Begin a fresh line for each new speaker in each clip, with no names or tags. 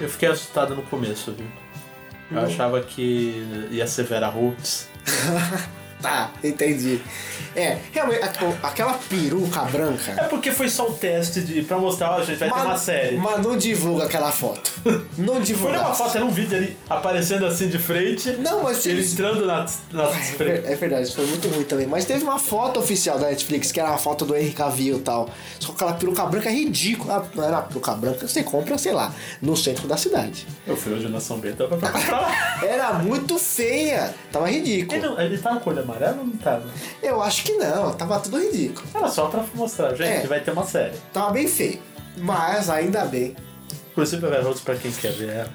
eu fiquei assustado no começo, viu? Eu
Hum.
achava que ia ser Vera Holtz.
Tá, entendi. É, realmente, a- aquela peruca branca.
É porque foi só o teste de, pra mostrar, ó, a gente vai ter
Mas-
uma série.
Mas não divulga aquela foto. Não
Foi
divulga.
uma foto, era um vídeo ali aparecendo assim de frente.
Não, mas
Ele
eles-
entrando na, na
É ver- É verdade, foi muito ruim também. Mas teve uma foto oficial da Netflix, que era uma foto do Henry Cavill e tal. Só que aquela peruca branca é ridícula. Ah, Não era peruca branca, você compra, sei lá, no centro da cidade.
Eu fui hoje na São Bento pra comprar.
Era muito feia. Tava
ele,
ridículo.
não, ele tá na cor de amarelo ou não tava?
Eu acho que não, tava tudo ridículo.
Era só pra mostrar, gente,
É.
vai ter uma série.
Tava bem feio. Mas ainda bem.
Inclusive, a Vera Holtz, pra quem quer ver, ela,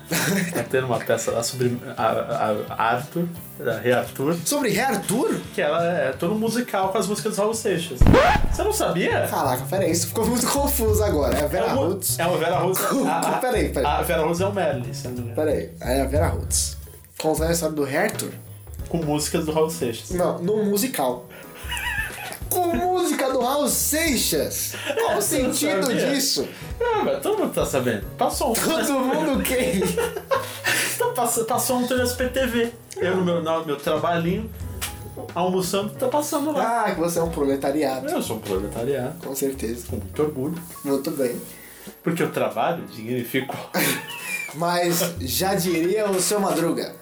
tá tendo uma peça lá sobre a, a- a Arthur, a Rei Arthur,
Sobre Rei Arthur?
que ela é todo musical com as músicas do Raul Seixas. Você não sabia?
Caraca, peraí, isso ficou muito confuso agora. É a Vera
é uma,
Holtz.
é uma Vera Holtz. a- a-
Peraí, peraí.
A Vera Holtz é o Merlin, se eu não me engano,
Peraí, é a Vera Holtz. Contando a história do Rei Arthur?
com músicas do Raul Seixas.
Não, no musical. Com música do Raul Seixas? Qual o
Você não
sentido
sabia?
disso?
Ah, mas todo mundo tá sabendo. Passou um.
Todo mundo quem?
Tá passando, passou ontem no SPTV. Eu no meu, no meu trabalhinho, almoçando, tá passando lá.
Ah, que você é um proletariado.
Eu sou um proletariado,
Com certeza.
com muito orgulho.
Muito bem.
Porque eu trabalho, dinheiro e fico.
Mas já diria o seu Madruga.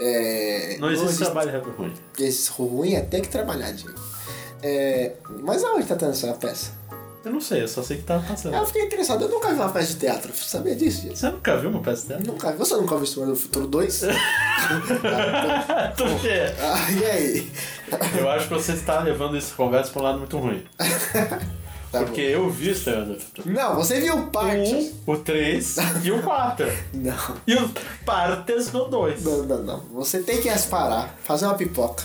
É,
Não existe
existe-
trabalho ruim.
Esse ruim até que trabalhar, Diego. É, mas aonde tá tendo essa peça?
Eu não sei, eu só sei que tava passando.
Eu fiquei interessado, eu nunca vi uma peça de teatro. Você sabia disso, Diego?
Você nunca viu uma peça dela?
Nunca vi. Você nunca viu História do Futuro 2?
Tô cheio.
ah, e aí?
Eu acho que você está levando essa conversa pra um lado muito ruim. Tá
Tá bom.
Porque eu vi Estrela do Futuro.
Não, você viu partes.
O 1, o 3 e o 4.
Não,
E os partes do 2.
não, não, não. Você tem que parar, fazer uma pipoca,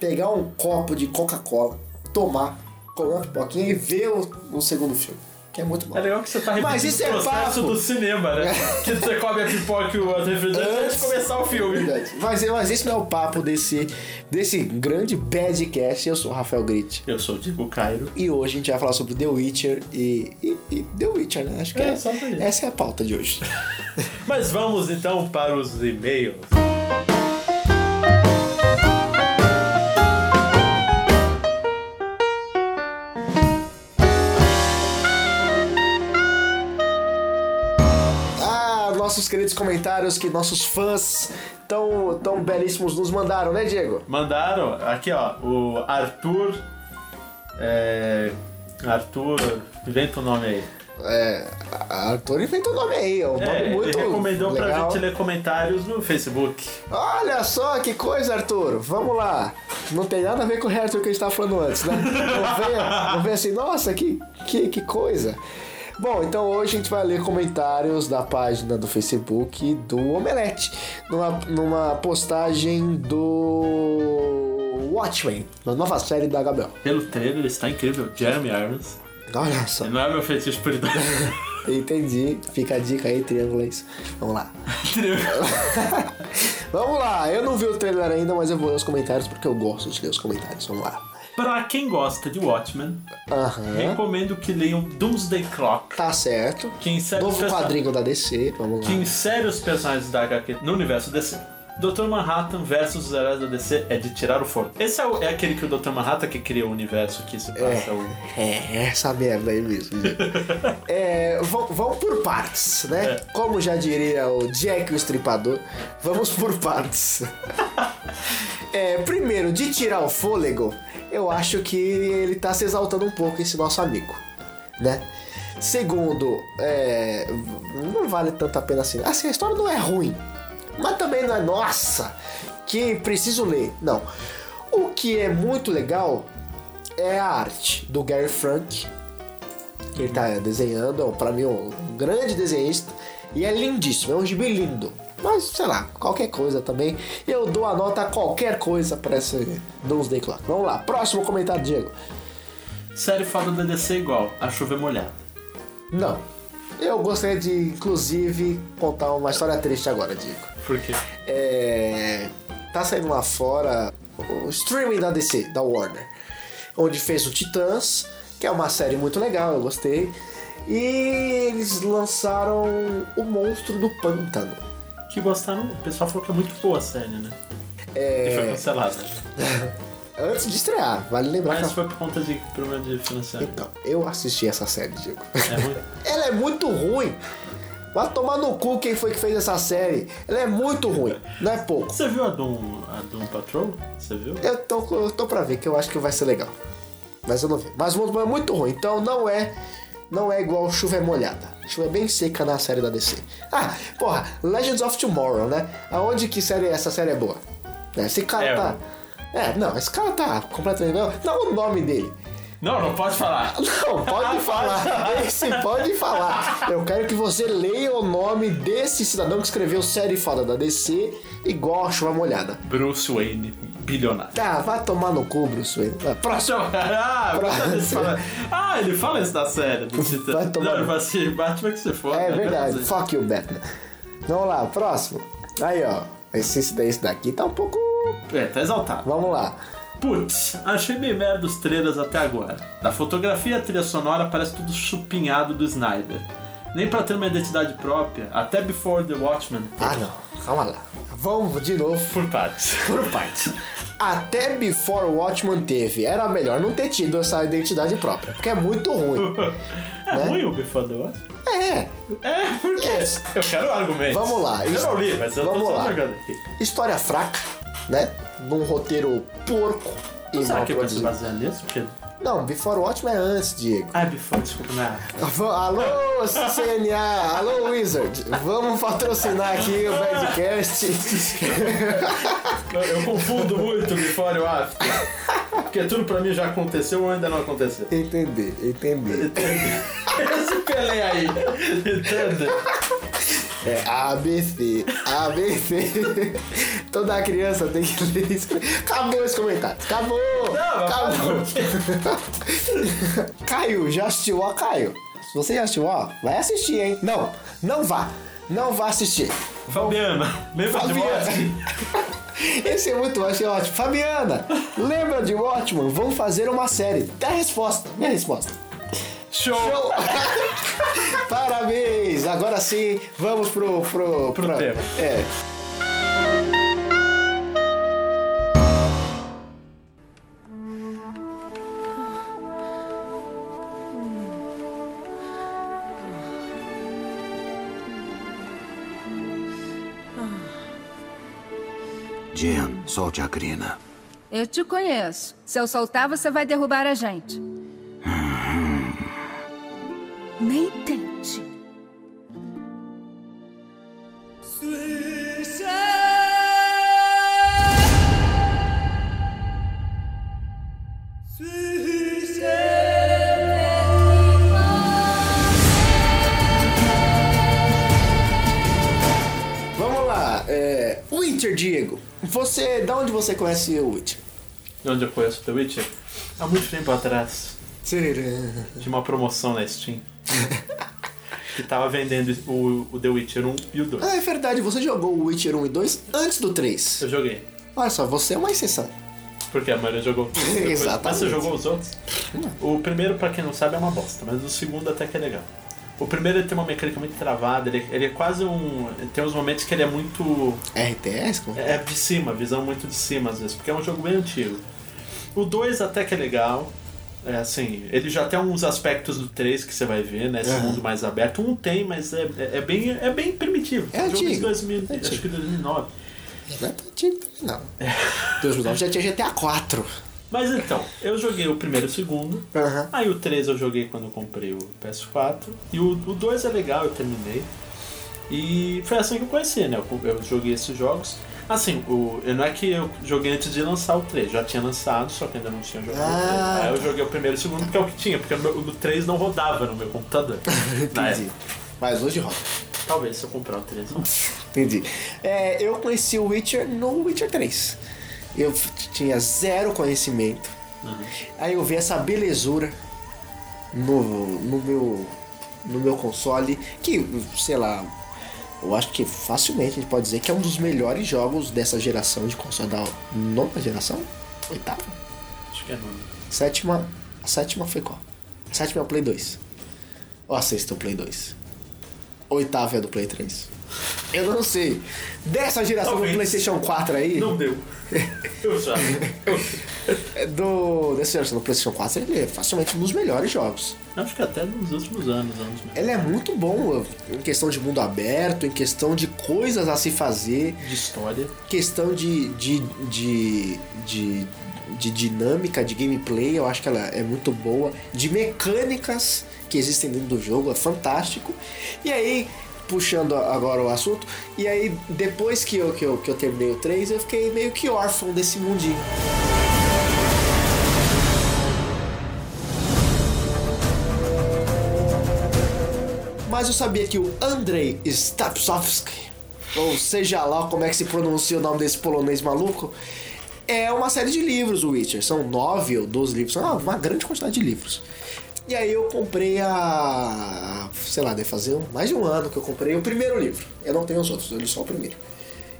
pegar um copo de Coca-Cola, tomar, comer uma pipoquinha e ver o, o segundo filme. Que é muito bom.
É legal que você tá
Mas isso é
repetindo o processo
papo.
do cinema, né? que você come a pipoca e o refrigerante antes de começar o filme.
Verdade. Mas, mas esse não é o papo desse, desse grande podcast. Eu sou o Rafael Gritti.
Eu sou o Diego Cairo.
E hoje a gente vai falar sobre The Witcher e. e, e The Witcher, né? Acho que
É,
é-
só pra isso.
essa é a pauta de hoje.
Mas vamos então para os e-mails.
Ah, nossos queridos comentários que nossos fãs tão, tão belíssimos nos mandaram, né, Diego?
Mandaram aqui, ó, o Arthur. É. Arthur. Inventa o nome aí.
É, a- Arthur inventou o nome aí, é um
É,
nome muito
ele recomendou pra
legal.
gente ler comentários no Facebook.
Olha só que coisa, Arthur. Vamos lá. Não tem nada a ver com o Arthur que a gente tava falando antes, né? Não venha, não venha assim, nossa, que, que, que coisa. Bom, então hoje a gente vai ler comentários da página do Facebook do Omelete, numa, numa postagem do Watchmen, da nova série da Gabriel.
Pelo trailer, está incrível. Jeremy Irons.
Olha só.
Não é meu feitiço por idade.
Entendi. Fica a dica aí, triângulo é isso. Vamos lá. Vamos lá. Eu não vi o trailer ainda, mas eu vou ler os comentários porque eu gosto de ler os comentários. Vamos lá.
pra quem gosta de Watchmen,
Aham.
recomendo que leiam Doomsday Clock.
Tá certo.
Que insere, os
Novo
person-
quadrinho da DC. Vamos
que
lá.
insere os personagens da HQ no universo DC. Dr. Manhattan versus os heróis da DC é de tirar o fone. Esse é, o- é aquele que o Dr. Manhattan que criou o universo que se passa o.
É, essa merda aí mesmo. é, vamos, vamos por partes, né?
É.
Como já diria o Jack o Estripador, vamos por partes. É, primeiro, de tirar o fôlego, eu acho que ele tá se exaltando um pouco esse nosso amigo, né? Segundo, é, não vale tanto a pena assim. Assim, a história não é ruim, mas também não é nossa, que preciso ler. Não. O que é muito legal é a arte do Gary Frank, que ele tá desenhando, é um- pra mim um grande desenhista, e é lindíssimo, é um gibi lindo. Mas, sei lá, qualquer coisa também. Eu dou a nota a qualquer coisa pra esse Doomsday Clock. Vamos lá, próximo comentário, Diego.
Série foda da DC igual, a chover molhada.
Não. Eu gostaria de, inclusive, contar uma história triste agora, Diego.
Por quê?
é, tá saindo lá fora o streaming da DC, da Warner, onde fez o Titãs, que é uma série muito legal, eu gostei. E eles lançaram O Monstro do Pântano.
Que gostaram. O pessoal falou que é muito boa a série, né? É... E foi cancelada.
Antes de estrear, vale lembrar
Mas
que.
foi por conta de problema de financeiro.
Então, eu assisti essa série, Diego.
É ruim.
Ela é muito ruim. Vai tomar no cu quem foi que fez essa série. Ela é muito ruim. Não é pouco.
Você viu a Doom, a Doom Patrol? Você viu?
Eu tô, eu tô pra ver, que eu acho que vai ser legal. Mas eu não vi. Mas o mundo é muito ruim, então não é. Não é igual chuva é molhada. Chuva é bem seca na série da DC. Ah, porra, Legends of Tomorrow, né? Aonde que série, essa série é boa? Né, Esse cara
É.
tá. É, não, esse cara tá completamente. Não, não o nome dele.
Não, não pode falar.
Não, pode falar. Esse pode falar. Eu quero que você leia o nome desse cidadão que escreveu série foda da DC igual a chuva molhada.
Bruce Wayne, bilionário.
Tá, vai tomar no cu, Bruce Wayne. Vai, Próximo.
Ah, muitas vezes fala- ah, ele fala isso na série do Titã.
Vai tomar
Não, ele
no-
fala assim, Batman que né? você for.
É verdade. Fuck you, Batman. Vamos lá, próximo. Aí, ó. Esse, esse daí- esse daqui tá um pouco.
É, tá exaltado.
Vamos lá.
Putz, achei meio merda os trailers até agora. Da fotografia à trilha sonora parece tudo chupinhado do Snyder. Nem pra ter uma identidade própria, até Before the Watchmen.
Ah, não. Calma lá. Vamos de novo
Por partes.
por partes. Até Before Watchman teve. Era melhor não ter tido essa identidade própria, porque é muito ruim. Né?
É ruim o Before the Watchmen?
É.
É, por quê? Eu quero argumentos.
Vamos lá,
Eu
isso-
não li, mas eu
vamos
tô só
lá.
jogando aqui.
História fraca, né? Num roteiro porco e
Será
mal
que é vai se
produzido.
basear nisso, Pedro?
Não, Before Watchman é antes, Diego.
Ah, Before, desculpa, não.
Alô, CNA! Alô, Wizard! Vamos patrocinar aqui o Badcast.
Eu, eu confundo muito o before e o after. Porque tudo pra mim já aconteceu ou ainda não aconteceu.
Entendi, entendi.
Entende? Esse Pelé aí. Entende?
É ABC, ABC. Toda criança tem que ler isso. Acabou esse comentário. Acabou!
mas
acabou! Caio, já assistiu ó, Caio? Se você já assistiu ó, vai assistir, hein? Não, não vá. Não vá assistir.
Fabiana, lembra de morte?
Esse é muito achei ótimo. Fabiana, lembra de Watchman? Vamos fazer uma série. Dá a resposta. Minha resposta.
Show!
Show! Parabéns! Agora sim, vamos pro... Pro, pra-
tema.
É.
Jen, solte a crina.
Eu te conheço. Se eu soltar, você vai derrubar a gente. Nem tente.
Vamos lá. É... Witcher, Diego. Você... Da onde você conhece o Witcher?
De onde eu conheço The Witcher? Há muito tempo atrás.
Tiririm.
Tinha uma promoção na Steam. Que tava vendendo o, o The Witcher 1 e o 2.
Ah, é verdade. Você jogou o Witcher 1 e 2 antes do 3.
Eu joguei.
Olha só, você é uma exceção.
Porque a maioria jogou. Depois- Mas você
Exatamente.
jogou os outros? O primeiro, pra quem não sabe, é uma bosta, mas o segundo até que é legal. O primeiro ele tem uma mecânica muito travada, ele, ele é quase um. Tem uns momentos que ele é muito.
RTS? como?
É de cima, visão muito de cima às vezes, porque é um jogo bem antigo. O 2 até que é legal. É assim, ele já tem uns aspectos do 3 que você vai ver, né? Esse
Aham.
mundo mais aberto. Um tem, mas é, é, é bem, é bem primitivo.
É
O jogo de
antigo.
2000,
É
acho
antigo.
que 2009.
Não é tão antigo também, não.
É.
2009 já tinha GTA 4.
Mas então, eu joguei o primeiro e o segundo.
Aham.
Aí o 3 eu joguei quando eu comprei o PS4. E o, o 2 é legal, eu terminei. E foi assim que eu conheci, né? Eu, eu joguei esses jogos. Assim, o, eu- não é que eu joguei antes de lançar o 3, já tinha lançado, só que ainda não tinha jogado
Ah,
o 3. Aí eu joguei o primeiro e o segundo porque é o que tinha, porque o meu- o 3 não rodava no meu computador. Na
Entendi.
época.
Mas hoje rola.
Talvez se eu comprar o 3 não.
Entendi. É, eu conheci o Witcher no Witcher 3. Eu f- tinha zero conhecimento. Aí eu vi essa belezura no, no meu no meu console, que, sei lá, eu acho que facilmente a gente pode dizer que é um dos melhores jogos dessa geração de console da nona geração? Oitava?
Acho que é não.
Sétima. A sétima foi qual? A sétima é o Play 2. Ou a sexta é o Play 2? Oitava é do Play 3? Eu não sei. Dessa geração
Talvez.
do PlayStation 4 aí.
Não deu. Eu já.
é, Do, dessa geração do PlayStation 4, ele é facilmente um dos melhores jogos.
Acho que até nos últimos anos, anos mesmo.
Ele é muito bom eh, em questão de mundo aberto, em questão de coisas a se fazer,
De história.
questão de, de, de, de, de dinâmica, de gameplay, eu acho que ela é muito boa, de mecânicas que existem dentro do jogo, é fantástico. E aí, puxando a- agora o assunto, e aí depois que eu, que eu, que eu terminei o 3, eu fiquei meio que órfão desse mundinho. Mas eu sabia que o Andrei Stapsowski, ou seja lá como é que se pronuncia o nome desse polonês maluco, é uma série de livros, o Witcher. São nove ou doze livros, são uma- uma grande quantidade de livros. E aí eu comprei a. sei lá, deve fazer um- mais de um ano que eu comprei o primeiro livro. Eu não tenho os outros, eu li só o primeiro.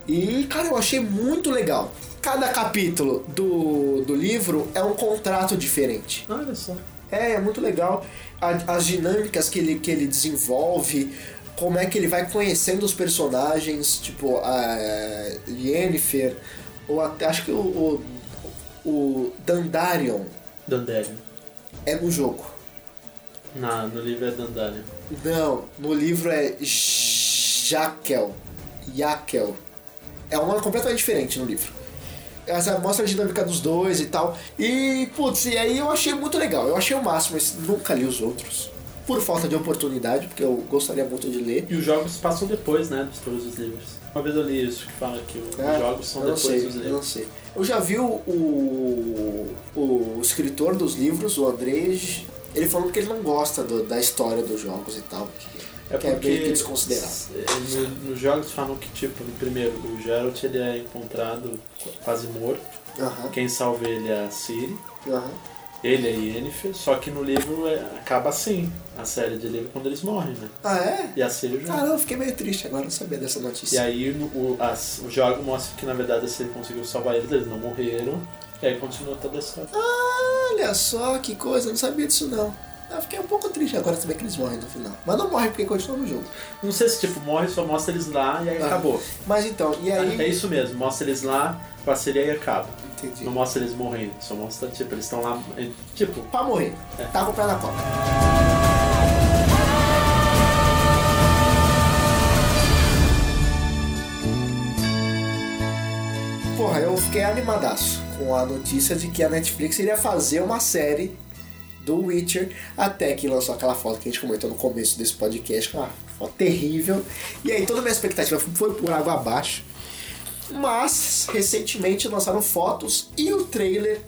E, cara, eu achei muito legal. Cada capítulo do, do livro é um contrato diferente.
Olha só.
É, é muito legal A- as dinâmicas que ele, que ele desenvolve, como é que ele vai conhecendo os personagens, tipo a Yennefer, ou até acho que o, o, o Dandarion
Dandelion.
é no jogo.
Na, no livro é Dandelion.
Não, no livro é Jaquel. Jaquel. É um nome completamente diferente no livro. Essa mostra a dinâmica dos dois e tal. E, putz, e aí eu achei muito legal. Eu achei o máximo, mas nunca li os outros. Por falta de oportunidade, porque eu gostaria muito de ler.
E os jogos passam depois, né? Dos todos os livros. Uma vez eu li isso que fala que os
Ah,
jogos são
eu não
depois
sei,
dos
Eu não
livros.
sei. Eu já vi o, o, o escritor dos livros, o André, ele falando que ele não gosta do- da história dos jogos e tal. Que é, que é meio que desconsiderado.
s- eh, no- nos jogos falam que, tipo, no primeiro, o Geralt ele é encontrado quase morto.
Aham,
Quem salva ele é a Ciri.
aham.
Ele é Yennefer. Só que no livro é- acaba assim. A série de livro quando eles morrem, né?
Ah, é?
E a Ciri já.
Caramba, eu fiquei meio triste agora não sabia dessa
E
notícia.
aí no- o, as- o jogo mostra que na verdade se ele conseguiu salvar eles, eles não morreram. E aí continua toda a história.
Olha só que coisa, eu não sabia disso não. Eu fiquei um pouco triste agora também que eles morrem no final. Mas não morrem porque continua no jogo.
Não sei se tipo morre, só mostra eles lá e aí
Ah.
acabou.
Mas então, e aí.
É isso mesmo, mostra eles lá, parceria e acaba.
Entendi.
Não mostra eles morrendo, só mostra tipo, eles estão lá. é, Tipo,
Pra morrer. Tá com o pé na copa. Porra, eu fiquei animadaço com a notícia de que a Netflix iria fazer uma série do Witcher, até que lançou aquela foto que a gente comentou no começo desse podcast, uma foto terrível. E aí toda a minha expectativa foi por água abaixo. Mas recentemente lançaram fotos e o trailer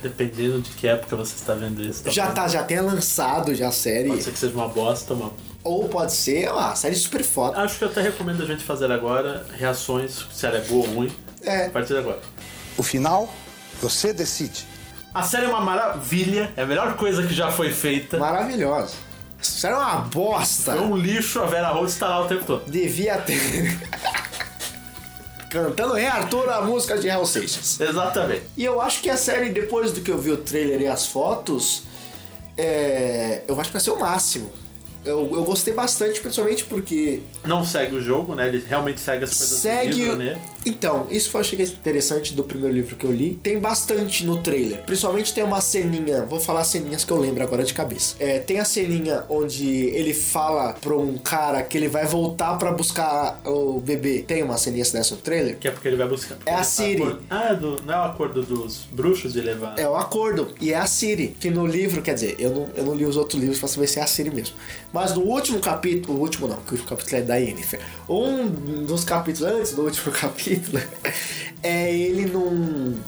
dependendo de que época você está vendo isso.
já tá, já tem lançado já a série.
Pode ser que seja uma bosta, uma.
Ou pode ser uma série super foda.
Acho que eu até recomendo a gente fazer agora reações, se ela é boa ou ruim,
É.
a partir de agora.
O final, você decide.
A série é uma maravilha, é a melhor coisa que já foi feita.
Maravilhosa. Isso era uma bosta.
É um lixo, a Vera Holtz tá lá o tempo todo.
Devia ter. Cantando Rei Arthur a música de Hell Seixas.
Exatamente.
E eu acho que a série, depois do que eu vi o trailer e as fotos, é, eu acho que vai ser o máximo. Eu, eu gostei bastante, principalmente porque
Não segue o jogo, né? Ele realmente segue as coisas do
segue.
livro, né?
Então, isso foi achei que é interessante do primeiro livro que eu li. Tem bastante no trailer. Principalmente tem uma ceninha, vou falar as ceninhas que eu lembro agora de cabeça. É, tem a ceninha onde ele fala pra um cara que ele vai voltar pra buscar o bebê. Tem uma ceninha dessa no trailer?
Que é porque ele vai buscar.
É a Siri.
Acordo- Ah, é do... não é o acordo dos bruxos de levar.
É o acordo. E é a Siri. Que no livro, quer dizer, eu não, eu não li os outros livros pra saber se é a Siri mesmo. Mas no último capítulo. O último não, que o último capítulo é da Yennefer. Um dos capítulos antes do último capítulo é ele num.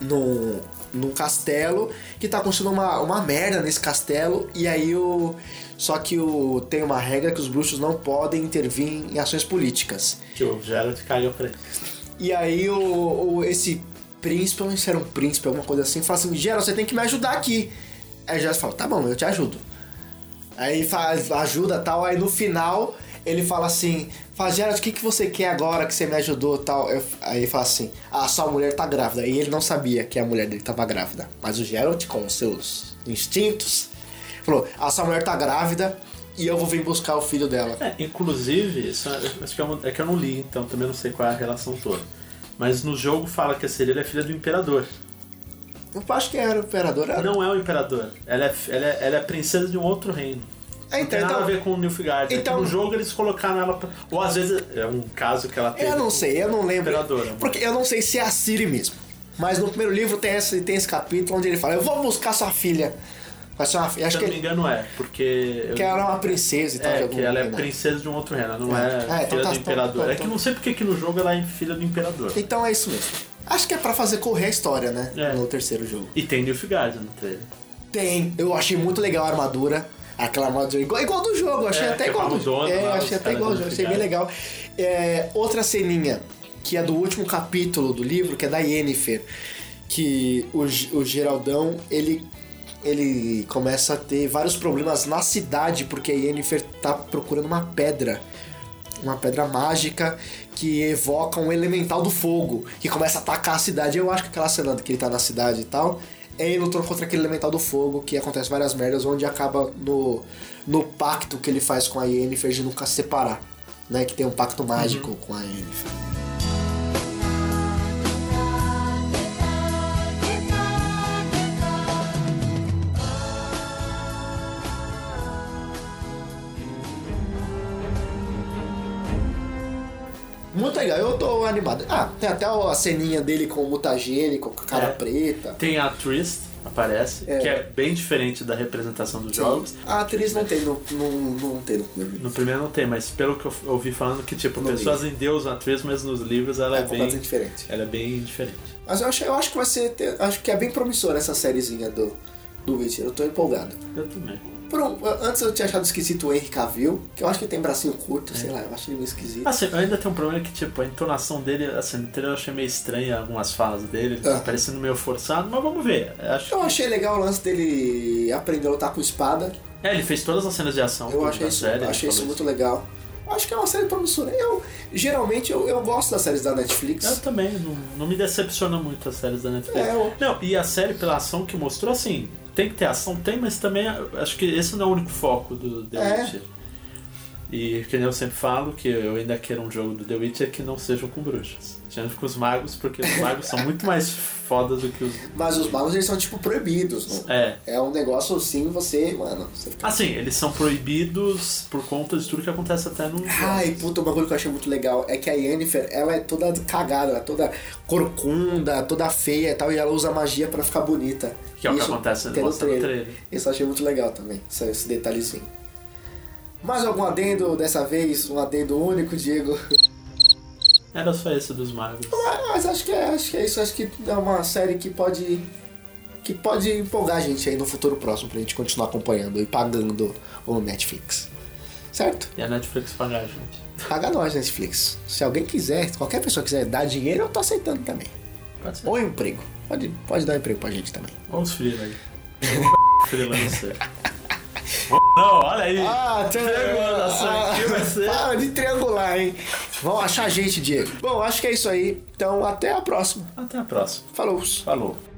num. num castelo que tá acontecendo uma, uma merda nesse castelo. E aí o. Só que o, tem uma regra que os bruxos não podem intervir em ações políticas.
Que o Geralt caiu pra ele.
E aí o, o- esse príncipe, eu não sei se era um príncipe, alguma coisa assim, fala assim, Geralt, você tem que me ajudar aqui. Aí o Geralt fala, tá bom, eu te ajudo. Aí faz, ajuda tal, aí no final ele fala assim, fala, Geralt, o que, que você quer agora que você me ajudou tal? Eu- aí ele fala assim, ah, sua mulher tá grávida. E ele não sabia que a mulher dele tava grávida. Mas o Geralt, com os seus instintos, Falou, essa mulher tá grávida e eu vou vir buscar o filho dela.
É, inclusive, isso é- acho que é, uma- é que eu não li, então também não sei qual é a relação toda. Mas no jogo fala que a Cirila é filha do imperador.
Eu acho que era o imperador. Era.
Não é o imperador. Ela é, ela é, ela é princesa de um outro reino.
É,
não tem
então-
nada a ver com o Nilfgaard.
então-
Então, no jogo eles colocaram ela. pra- Ou às vezes é um caso que ela teve.
Eu não sei, eu não lembro.
Imperadora.
Porque eu não sei se é a Siri mesmo. Mas no primeiro livro tem esse, tem esse capítulo onde ele fala: Eu vou buscar sua filha. Vai ser uma filha.
Se
Acho
eu
que,
não me engano, é. Porque. eu-
que ela é uma princesa e tal. de
É,
algum
que ela é
lugar.
princesa de um outro reino, ela não
É.
é,
Ah,
filha
então tá-
do
tá-
imperador.
tá-
é que eu não sei porque que no jogo ela é filha do imperador.
Então é isso mesmo. Acho que é pra fazer correr a história, né?
É.
No terceiro jogo.
E tem Nilfgaard no trailer.
Tem, eu achei muito legal a armadura. Aquela armadura é igual, igual do jogo, eu achei
É,
até
que
igual
fala
do
o dono
É, eu
lá,
achei
os
até
caras
igual do jogo, achei bem legal. É, outra ceninha, que é do último capítulo do livro, que é da Yennefer. Que o, G- o Geraldão, ele, ele começa a ter vários problemas na cidade, porque a Yennefer tá procurando uma pedra. Uma pedra mágica que evoca um elemental do fogo, que começa a atacar a cidade. Eu acho que aquela cena que ele tá na cidade e tal é ele lutando contra aquele elemental do fogo, que acontece várias merdas, onde acaba no, no pacto que ele faz com a Yennefer de nunca se separar. Né, que tem um pacto
Uhum.
mágico com a Yennefer. Muito legal, eu tô animado. Ah, tem até a ceninha dele com o mutagênico, com a cara
É.
preta.
Tem a Trist, aparece,
É.
que é bem diferente da representação dos jogos.
A atriz não tem no, no, não tem no primeiro livro.
No primeiro não tem, mas pelo que eu ouvi falando que, tipo,
No
pessoas endeusam a Trist, mas nos livros ela é,
É
bem.
completamente diferente.
Ela é bem diferente.
Mas eu acho, eu acho que vai ser. ter- Acho que é bem promissora essa sériezinha do, do Witcher. Eu tô empolgado.
Eu também.
Por um- antes eu tinha achado esquisito o Henry Cavill, que eu acho que ele tem bracinho
É.
curto, sei lá, eu acho ele meio esquisito.
Assim, eu ainda tenho um problema que, tipo, a entonação dele, assim, no trailer eu achei meio estranha algumas falas dele,
Ah.
parecendo meio forçado, mas vamos ver. Eu Acho...
Eu achei legal o lance dele aprender a lutar com espada.
É, ele fez todas as cenas de ação
Eu
Ah, da
achei isso,
série, ele
achei isso
falou
muito legal. Acho que é uma série promissora. Eu, geralmente eu, eu gosto das séries da
Eu
Netflix.
também, não, não me decepciona muito as séries da Netflix.
É, eu-
Não, e a série pela ação que mostrou, assim, tem que ter ação, tem, mas também acho que esse não é o único foco do The
É.
Witcher. E que nem eu sempre falo, que eu ainda quero um jogo do The Witcher que não seja com bruxas. Tirando com os magos, porque os magos são muito mais fodas do que os.
Mas os magos eles são tipo proibidos, não?
É.
É um negócio assim, você, mano, você fica.
Assim, eles são proibidos por conta de tudo que acontece até no.
Ai, puta, o bagulho que eu achei muito legal é que a Yennefer, ela é toda cagada, ela é toda corcunda, toda feia e tal, e ela usa magia pra ficar bonita.
Que é o que
Isso
acontece no
tem
mostra no trailer.
Isso eu achei muito legal também, esse, esse detalhezinho. Mais algum adendo dessa vez? Um adendo único, Diego?
Era só esse dos magos.
Ah, Mas acho que, é, acho que é isso, acho que é uma série que pode... Que pode empolgar a gente aí no futuro próximo pra gente continuar acompanhando e pagando o Netflix. Certo?
E a Netflix pagar, gente.
Paga nós, Netflix. Se alguém quiser, se qualquer pessoa quiser dar dinheiro, eu tô aceitando também.
Pode ser.
Ou emprego. Pode, pode dar emprego pra gente também.
Olha os filhos aí. Freelancer. Não, olha aí. Triangulação aqui vai ser.
Ah, de triangular, hein? Vão achar a gente, Diego. Bom, acho que é isso aí. Então, até a próxima.
Até a próxima.
Falou.
Falou.